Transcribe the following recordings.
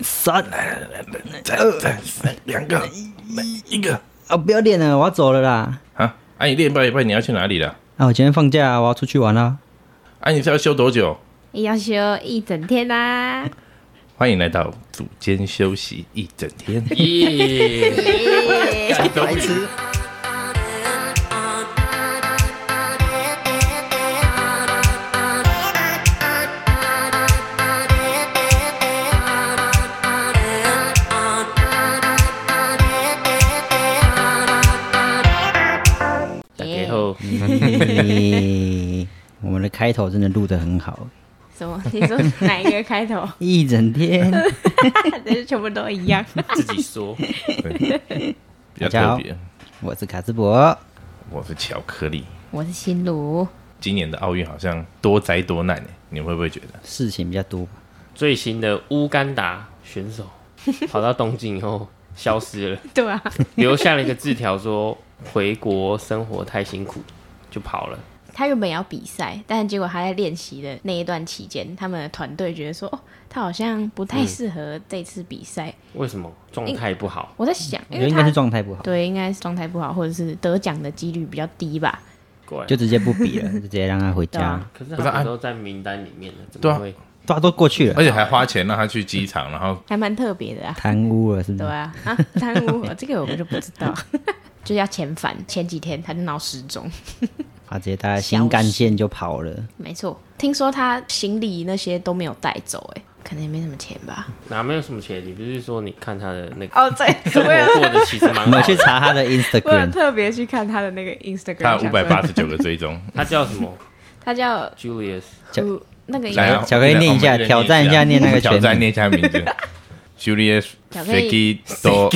三，二两个，一个啊，呃不要练了，我要走了啦。啊！啊，你练半一半你要去哪里了？啊，我今天放假、啊，我要出去玩啦、啊，你是要休多久？要休一整天啦、欢迎来到组间休息一整天。耶！白痴。大家好，嘿我们的开头真的录得很好，什么？你说哪一个开头？ 一整天。但是全部都一样。自 己说，比较大家特好别，我是卡斯伯，我是巧克力。我是心如，今年的奥运好像多灾多难欸你们会不会觉得？事情比较多吧。最新的乌干达选手 跑到东京以后消失了，对啊，留下了一个字条说回国生活太辛苦，就跑了。他原本也要比赛，但结果他在练习的那一段期间，他们的团队觉得说，哦，他好像不太适合这次比赛。为什么状态不好？我在想，我因觉得嗯为应该他是状态不好，对，应该是状态不好，或者是得奖的几率比较低吧。怪就直接不比 了，就直接让他回对家啊。可是不是他啊们都在名单里面了，怎对啊么会？大家都过去啊了，而且还花钱让他去机场，然后还蛮特别的啊。贪污了是不对是？啊，啊，贪污这个我们就不知道，就要遣返。前几天他就闹失踪，他直接搭新干线就跑了，没错，听说他行李那些都没有带走、哎，可能也没什么钱吧。哪没有什么钱？你不是说你看他的那个哦，对，生活过得其实蛮我们好有去的？查他 的我有 Instagram，特别去看他的那个 Instagram，他五百八想说，十九个追 踪，他叫什么他叫呃？Julius 巧那个来啊，叫哎巧克力念一下我们挑战一下念那个全名挑战念一下名 字。Julius 巧克力 Fiki Do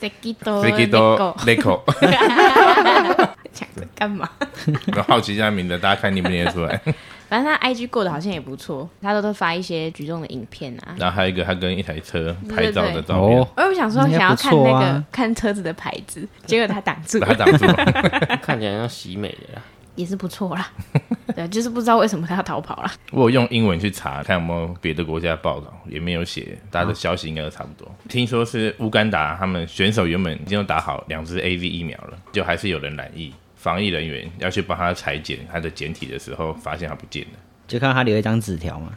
Sekito Fiki 哦 Neko， Do Leko，讲这干嘛？我好奇一下名字，大家看念不念得出 来。反正他 IG 过得好像也不错，他都都发一些举重的影片啊。然后还有一个他跟一台车对拍对照的照片哦，，我有想说想要看应该那不错个、啊看车子的牌子，结果他挡住把他 挡了，住哦了。看起来像喜美的啦，也是不错啦。对，就是不知道为什么他要逃跑啦。我有用英文去查，看有没有别的国家报道，也没有写，大家的消息应该都差不多。听说是乌干达他们选手原本已经都打好两支 A Z 疫苗了，就还是有人染疫，防疫人员要去帮他裁剪他的简体的时候，发现他不见了。就看到他留一张纸条嘛，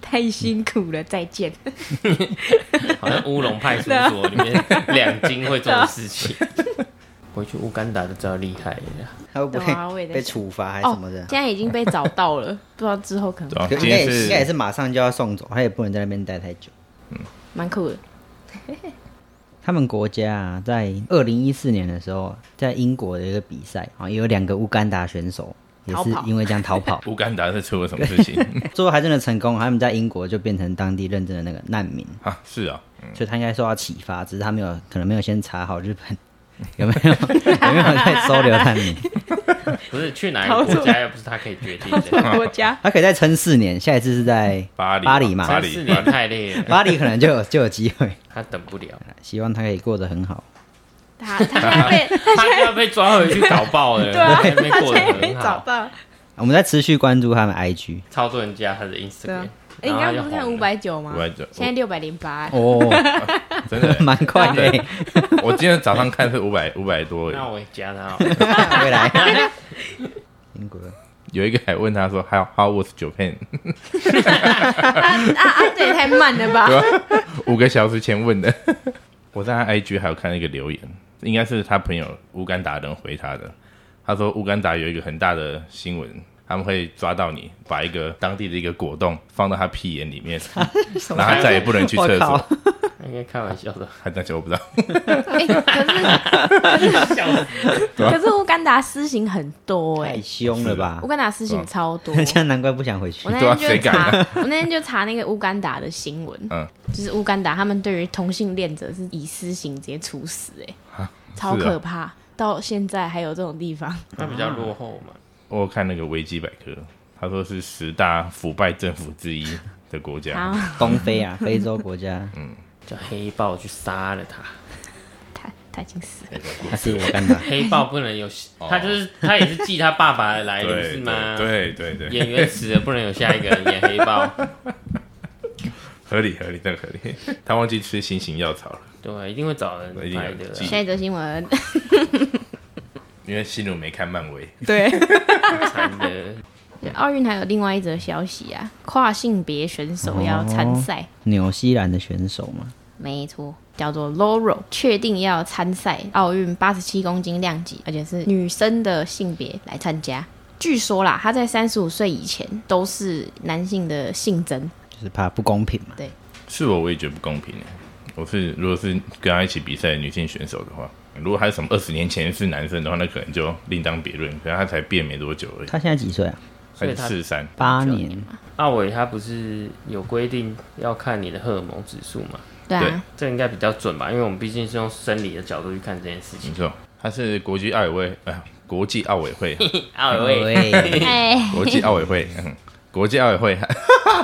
太辛苦了，再见。好像乌龙派出所里面两金会做的事情。回去乌干达就知道厉害了。他会不对啊我会也在被想处罚还是哦什么的，？现在已经被找 到了，不知道之后可对啊能，可应今该天也应该也是是马上就要送走，他也不能在那边待太久。蛮酷的。他们国家啊，在二零一四年的时候，在英国的一个比赛啊，也有两个乌干达选手也逃是跑因为这样逃 ，跑乌干达是出了什么 事情最后还真的成功，他们在英国就变成当地认证的那个难民，啊？是啊、所以他应该受到启发，只是他没有可能没有先查好日本 有没有有没有在收留难 民，不是去哪一个国家，又不是他可以决定 的。国家他可以再撑四年，下一次是在巴黎巴黎嘛，巴三黎四年太累了，巴黎可能就 有就有机会，他等不了，希望他可以过得很好。他他现在被他就要被抓回去搞爆了。对啊，在那边他过现得在被很找好，到。我们在持续关注他们 IG 操作人家他的对啊 Instagram，，哎，你刚刚不是看五百九吗？ 590现在六百零八。哦，。真的 蛮快的，我今天早上看是五百五百多而已那我也加他好 了。未来英国。有一个还问他说 How How was Japan？ 啊啊，这也太慢了吧！五个小时前问的。 我在他 IG 还有看到一个留言，应该是他朋友乌干达人回他的。他说乌干达有一个很大的新闻，他们会抓到你，把一个当地的一个果冻放到他屁眼里面，然后他再也不能去厕我所靠。他应该开玩笑的， 他那些我不知道，哎，可笑死。是可是乌干达私刑很多哎太，凶了吧乌！干达私刑超 多。这样难怪不想回去我。那对啊天谁就敢查啊，我那天就查那个乌干达的新闻，嗯就是乌干达他们对于同性恋者是以私刑直接处死，哎，超是啊可怕。到现在还有这种地方，他比较落后哦嘛。我有看那个维基百科，他说是十大腐败政府之一的国家。啊，东非 啊，非洲国家，叫黑豹去杀了他，他他已经死了。他是我干的。黑豹不能有，他就是他也是记他爸爸的来历哦对是吗？对对对， 演员死了不能有下一个人演黑豹，合理合理，这个合理。他忘记吃新型药草了，对，一定会找人一定有拍的啦。啊记下一则新 闻，因为新鲁没看漫威，对，惨的，奥运还有另外一则消息啊，跨性别选手要参赛。纽西兰的选手嘛，没错，叫做 Loro，确定要参赛奥运八十七公斤量级，而且是女生的性别来参加。据说啦，她在三十五岁以前都是男性的性征，就是怕不公平嘛。是我我也觉得不公平耶。我是如果是跟他一起比赛的女性选手的话，如果他是什么二十年前是男生的话，那可能就另当别论。可能他才变没多久而已，他现在几岁啊？他所以是他四十三，八年，阿伟他不是有规定要看你的荷尔蒙指数嘛？对啊，这应该比较准吧，因为我们毕竟是用生理的角度去看这件事没情。错，他是国际奥委会，呃，国际奥委会， 阿啊 伟喂哎，国际奥委会， 嗯，国际奥委会，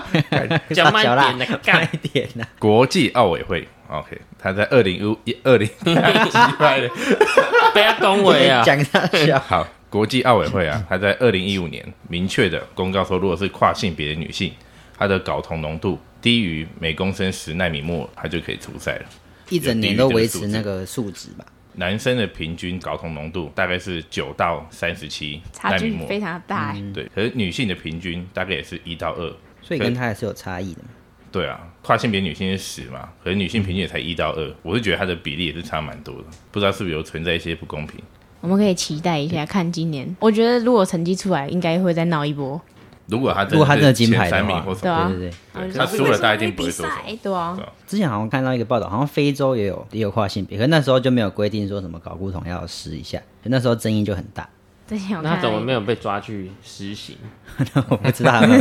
讲慢小啦一点的，慢干一点啊呐。国际奥委会，OK，他在二零一二零 击败了。 不要恭维啊！讲他 笑，好，国际奥委会啊，他在二零一五年明确的公告说，如果是跨性别的女性，她的睾酮浓度低于每公升十纳米末，她就可以出赛了。一整年都维持那个数值吧。男生的平均睾酮浓度大概是九到三十七差纳米距末，非常大、哎对，可是女性的平均大概也是一到二。所以跟他还是有差异的嘛。对啊，跨性别女性是十嘛，可是女性平均也才一到二，我是觉得她的比例也是差蛮多的，不知道是不是有存在一些不公平。我们可以期待一下，看今年。我觉得如果成绩出来，应该会再闹一波，如果她如果她真的是金牌的前三话名或什对么，啊对对对，对她输了，大家一定不会说什么。对啊，之前好像看到一个报道，好像非洲也有也有跨性别，可是那时候就没有规定说什么睾固酮要试一下，那时候争议就很大。 之前我那看他怎么没有被抓去实行？我不知道他们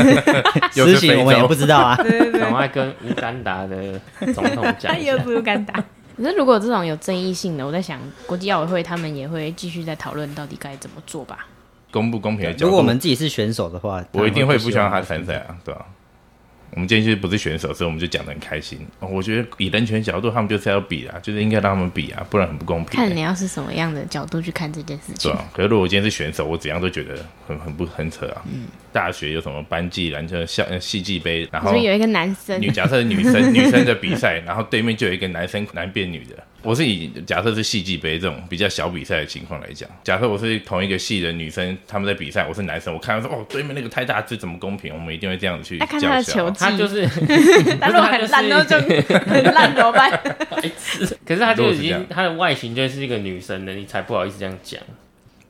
又是实行，我们非也洲不知道啊。赶快跟乌干达的总统讲一下。不敢 打。可是如果有这种有争议性的，我在想国际奥委会他们也会继续在讨论到底该怎么做吧。公不公平的角如度，果我们自己是选手的话，我一定会不希希望望他参赛啊，对吧、我们今天其实不是选手，所以我们就讲的很开心、哦我觉得以人权角度，他们就是要比啊，就是应该让他们比啊，不然很不公平、看你要是什么样的角度去看这件事对情。啊，可是如果我今天是选手，我怎样都觉得很很不很扯啊。嗯大学有什么班级篮球校呃戏剧杯，然后所以有一个男生，女假设是女 生女生的比赛，然后对面就有一个男生男变女的。我是以假设是戏剧杯这种比较小比赛的情况来讲，假设我是同一个系的女生，他们在比赛，我是男生，我看到说哦对面那个太大只，怎么公平？我们一定会这样子去那看他的叫嚣啊球技 他就是，他如果很烂，然后就很 烂怎么办？ 可是他如就果是已这样经他的外形就是一个女生了，你才不好意思这样讲。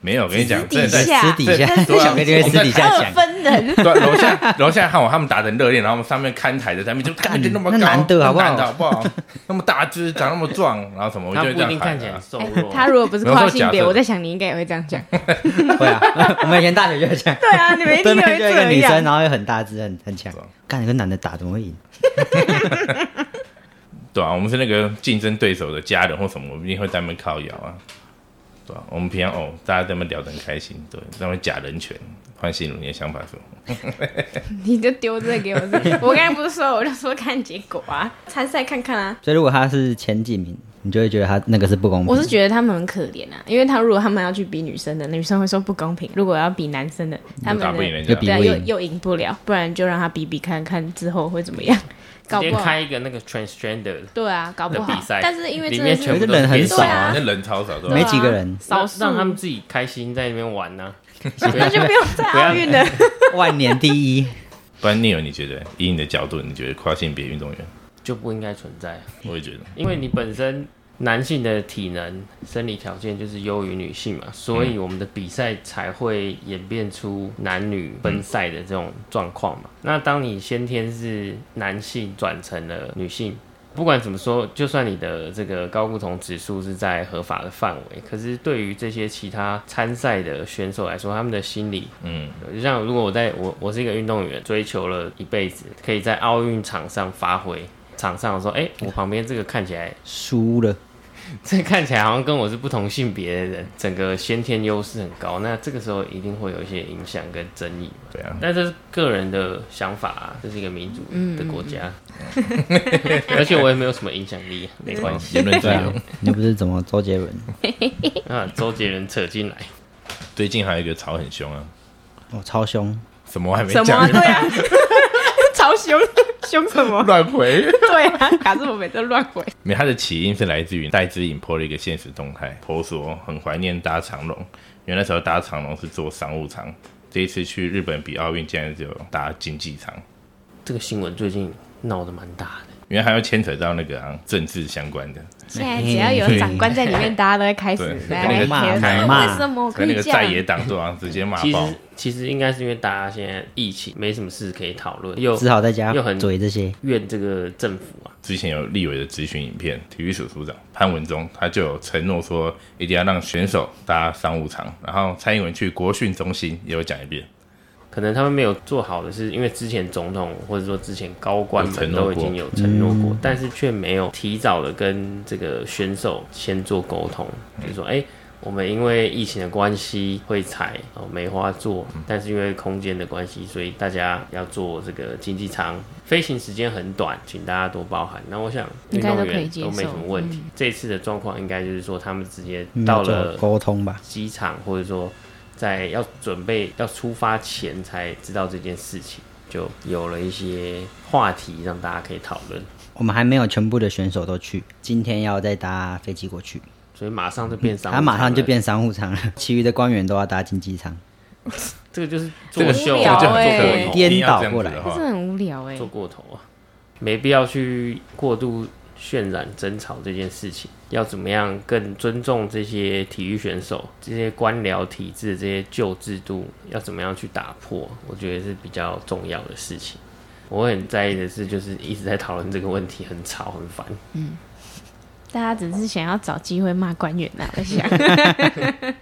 没有，我跟你讲，私真底的在下私底下，对啊小哥就会私底下二讲。分 人， 对楼下楼下看我他们打的很热烈，然后我们上面看台的在那边就干就那么高，那男的好不好那男的好不好？那么大只，长那么壮，然后什么，我就他会不这一样定喊看起来啊很。瘦弱。哎他如果不是跨性然后假别，设我在想你应该也会这样讲。会啊，我们以前大学就会讲，对啊，你们一对定面会就有一个这女生，样。然后又很大只，很很强对啊，干跟男的打怎么会赢？对啊，我们是那个竞争对手的家人或什么，我们一定会在那边靠摇啊。对啊，我们平常哦，大家在那边聊得很开心，对，在那边假人权。换心如你的想法是什么？你就丢这个给我，我刚才不是说，我就说看结果啊，参赛看看啊。所以如果他是前几名，你就会觉得他那个是不公平。我是觉得他们很可怜啊，因为他如果他们要去比女生的，女生会说不公平；如果要比男生的，他就们打不赢的人家就比对啊，不又赢又赢不了，不然就让他比比看看之后会怎么样，直搞接不好啊开。一个那个 transgender 对啊，搞不的好比赛，。但是因为里真的面是 全部都可是人很变少种啊那人超少，对吧没？几个人， 少让数让他们自己开心在那边玩呢、那就不用在奥运了。万年第一，不然 Neil，你觉得以你的角度，你觉得跨性别运动员？就不应该存在，我也觉得，因为你本身男性的体能、生理条件就是优于女性嘛，所以我们的比赛才会演变出男女分赛的这种状况嘛。那当你先天是男性转成了女性。不管怎么说，就算你的这个高固酮指数是在合法的范围，可是对于这些其他参赛的选手来说，他们的心理嗯，就像如果我在我我是一个运动员，追求了一辈子，可以在奥运场上发挥。场上说，哎、我旁边这个看起来， 输了，这个看起来好像跟我是不同性别的人，整个先天优势很高，那这个时候一定会有一些影响跟争议。对 啊，但这是个人的想法啊，这是一个民主的国家， 而且我也没有什么影响力，没关系言论自对啊由。，你又不是怎么周杰伦， 啊。周杰伦扯进来，最近还有一个吵很凶啊，哦，超凶，什么我还没 什么啊？讲，对啊，超凶。凶什么？ 乱回。对啊，卡斯我每次都乱回。没有，它的起因是来自于戴之颖 po 了一个现实动态，婆说很怀念搭长龙，因为那时候搭长龙是坐商务舱，这一次去日本比奥运竟然只有搭经济舱，这个新闻最近闹得蛮大的，因为还要牵扯到那个、啊、政治相关的， 现在只要有长官在里面，大家都会开始对在那边那个贴谩骂为什么哦我可跟那以个这在样？野党对啊，直接骂其爆实。其实应该是因为大家现在疫情没什么事可以讨论，又只好在家又很嘴这些。怨这个政府啊，之前有立委的咨询影片，体育署署长潘文忠他就有承诺说，一定要让选手搭商务舱，然后蔡英文去国训中心也有讲一遍，可能他们没有做好的是，因为之前总统或者说之前高官有承们诺过都已经有承诺嗯过，但是却没有提早的跟这个选手先做沟通，就是说，哎、我们因为疫情的关系会采哦梅花座，嗯但是因为空间的关系，所以大家要做这个经济舱，飞行时间很短，请大家多包涵。那我想应运该都动可以员接受嗯都没什么问题。这次的状况应该就是说，他们直接嗯到做了沟通吧，机场，或者说在要准备要出发前才知道这件事情，就有了一些话题让大家可以讨论，我们还没有全部的选手都去，今天要再搭飞机过去，所以马上就变商务舱了，他嗯马上就变商务舱了， 其余的官员都要搭经济舱。这个就是这作个秀无聊啊，这个就欸很做过头，一定要这样子的这话，很无聊哎、做过头啊，没必要去过度渲染争吵这件事情。要怎么样更尊重这些体育选手、这些官僚体制、这些旧制度，要怎么样去打破？我觉得是比较重要的事情。我很在意的是，就是一直在讨论这个问题，很吵，很烦。大家只是想要找机会骂官员啊，我想。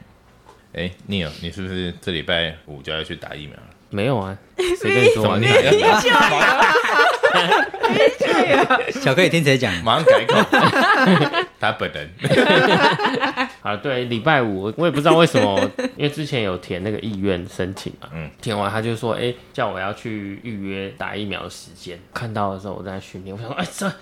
哎、你有你是不是这礼拜五就要去打疫苗了？没 有啊，谁跟你说怎么完你打疫苗小可以听谁讲？马上 改口，他本人啊，对，礼拜五我我也不知道为什么， 因为之前有填那个意愿申请嘛，嗯，填完他就说，哎、叫我要去预约打疫苗的时间。看到的时候我在训练，我想说，哎、这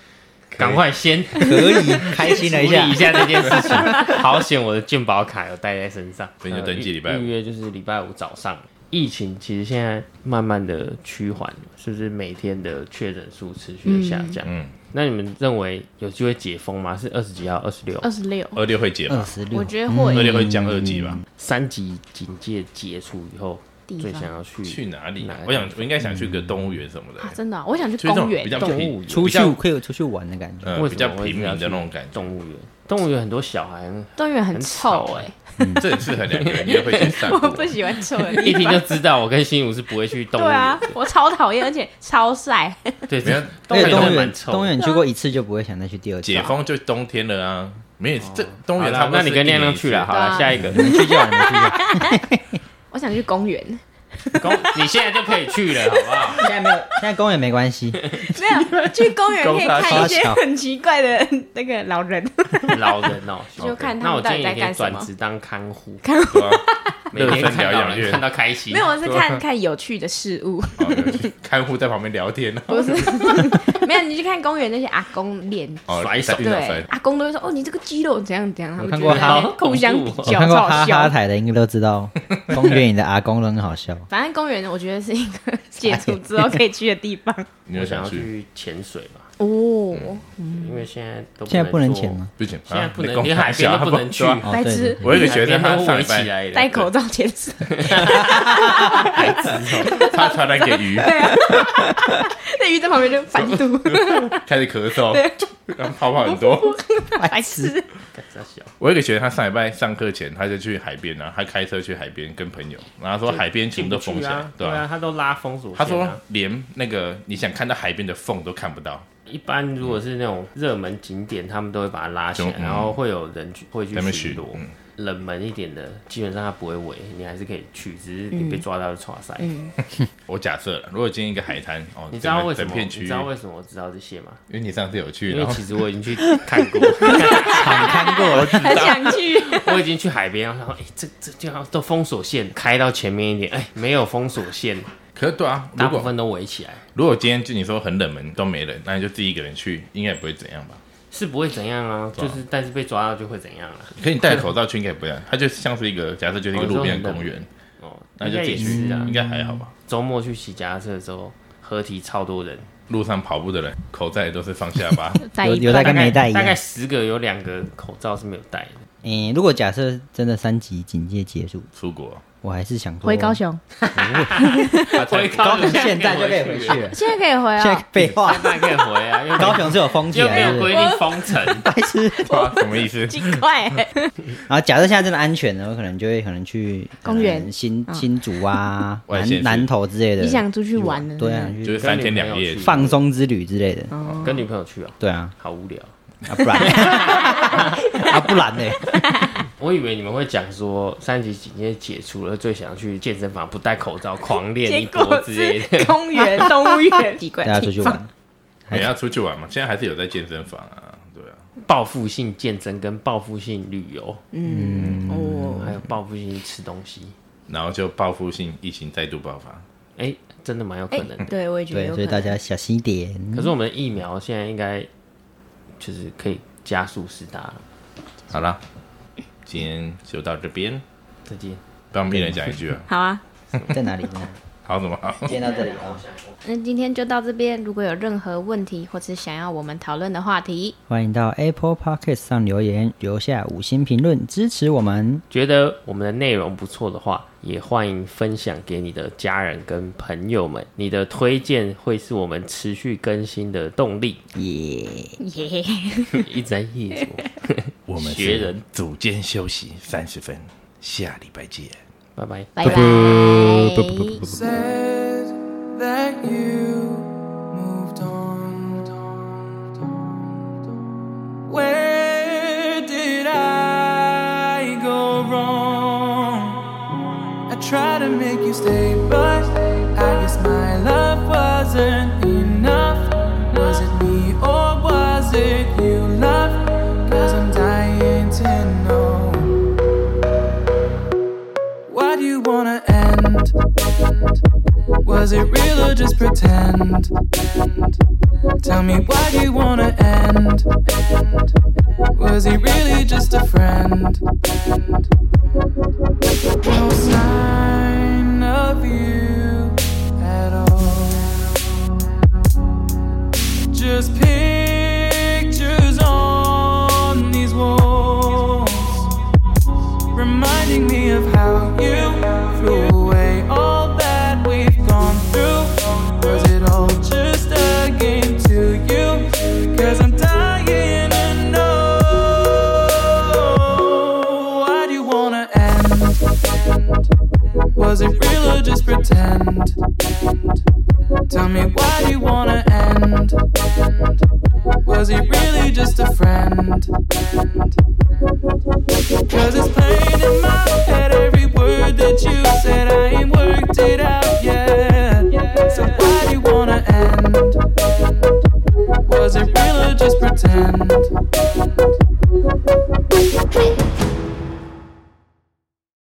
赶快先可以开心了一处下理一，下这件事情。好险我的健保卡有带在身上，所以你就登记礼拜五呃预预约就是礼拜五早上。疫情其实现在慢慢的趋缓，是不是每天的确诊数持续的下降？嗯嗯那你们认为有机会解封吗？是二十几号、二十六、二十六，二六会解二吧？十我六，觉得二会、嗯六会降二级吧？三级警戒解除以后，地最方想要去去哪里啊嗯哪？个嗯我想我应该想去个动物园什么的、啊，真的啊、我想去就是那公种园比。较动平物园出比去较可以出去玩的感觉。呃为比什较么我一平直民要的去那种感觉。动物园，动物园很多小孩动物园很很臭吵哎、嗯这也是很两个人约会去散 我步，啊不喜欢臭的地一听方。就知道，我跟新武是不会去动物对啊园。，我超讨厌，而且超晒。对，没有动而且物园东都蛮园臭的。东园去过一次就不会想再去第二次解。封就冬天了啊。没有，这动物哦好园啦差不多那是你跟一年亮亮一次去了，好对了，啊下 一个你们去就好，你们去就好。 我想去公园， 公，你现在就可以去了，好不好？现在没有，现在公园没关系。没有 去公园可以看一些公园很奇怪的 那个老人，老人哦， 就看他那我们到建底议在你可以干什转么。职当看护，对啊每乐天天疗看到养人院看，到开心。没有，我是看看有趣的事物，哦有去看护在旁边聊天不是。 没有，你去看公园那些阿公练哦， 甩手在遇到对摔，阿公都会说：“哦，你这个肌肉怎样怎样。”他我们看就过在那边哈 互相比恐怖哦我较，看过超哈好哈笑。台的，应该都知道公园里的阿公都很好笑。反正公园我觉得是一个 解除之后可以去的地方。你我有想想要去？去潜水吧，哦，因为现在都现在不能做潜 吗？？不行，现在啊不能你连公海边都小不能去对 啊哦白痴对 我有一个学生，他海边都上围礼起拜来了，戴口罩前是他传染 给鱼，啊那 鱼在旁边就反肚，开始咳嗽，然后泡泡很多。 白痴。傻小我有一个学生，他上礼拜上课前他就去海边啊，他开车去海边跟朋友，然后他说海边全部都封起来啊，，对对啊啊，他都拉封锁线他啊。说连那个你想看到海边的缝都看不到，一般如果是那种热门景点，他们都会把它拉起就来，嗯然后会有人去会去在那边巡巡逻嗯。冷门一点的，基本上它不会围，你还是可以去，只是你被抓到就抓塞。我假设了，如果今天一个海滩哦，你知道整个为什整么？片你区域知道为什么我知道这些吗？因为你上次有去，因为然后其实我已经去看过， 常看过，很想去，我已经去海边，然后哎、这这地方都封锁线，开到前面一点，哎、没有封锁线，可是对啊，大如部果分都围起来，如果今天就你说很冷门都没人，那你就自己一个人去，应该也不会怎样吧？是不会怎样啊，就是但是被抓到就会怎样啊了、可是你戴口罩去应该也不会啊，它就像是一个假设就是一个路边的公园，哦，那应就该自己也去是啊，应该还好吧？周末去骑脚踏车的时候，合体超多人，路上跑步的人口罩也都是放下 巴，在有一有半在大跟概没戴一大样概十个有两个口罩是没有戴 的。诶、如果假设真的三级警戒结束，出国。我还是想说回高，雄，回高雄现在就可以回去 了。现在可以回现在啊。废话，现在可以回啊，因为高雄是有封起又没来有规的，定封城，白痴。哇什么意 思？尽快、然后假设现在真的安全了，我可能就会可能去公园可能新嗯新竹啊、外县市南南投之类的。你想出去玩呢？对啊，就去是三天两夜，放松之旅之类的。嗯跟女朋友去啊，对啊，好无聊。啊不然 啊不然呢？我以为你们会讲说三级警戒解除了，最想要去健身房不戴口罩狂练一波之类的。公 园、动物园，奇怪大家出去玩，也要出去玩嘛。现在还是有在健身房啊，对啊，报复性健身跟报复性旅游，嗯哦，还有报复性吃东西，然后就报复性疫情再度爆发，哎、真的蛮有可哎能的。，对，我也觉得对，有所可以大能。家小心一点。可是我们的疫苗现在应该就是可以加速施打了。好啦，今天就到这边，再见。帮我们一人讲一 句啊，好啊，在哪里呢？好什么好？今天到这里啊，那今天就到这边。如果有任何问题或是想要我们讨论的话题，欢迎到 Apple Podcast 上留言，留下五星评论支持我们。觉得我们的内容不错的话，也欢迎分享给你的家人跟朋友们。你的推荐会是我们持续更新的动力。 耶，耶、一直在业主，我们是学人组间休息三十分，下礼拜见。拜拜。拜拜。 said that you moved on. Where did I go wrong? I tried to make you stay, but I guess my love wasn't enough. Was it me or was it you, love? Cause I'm dying to know. Why do you wanna end? Was it real or just pretend? Tell me why do you wanna end? Was he really just a friend? No sign of you at all. Just pictures on these walls reminding me of how you threw away all that we've gone through. Was it all just a game to you? Cause I'm dying to know. Why do you wanna end? Was it real or just pretend? Tell me why do you wanna end? Was he really just a friend? Cause it's plain in my head every word that you said I ain't worked it out yet. So why do you wanna end? Was it real or just pretend?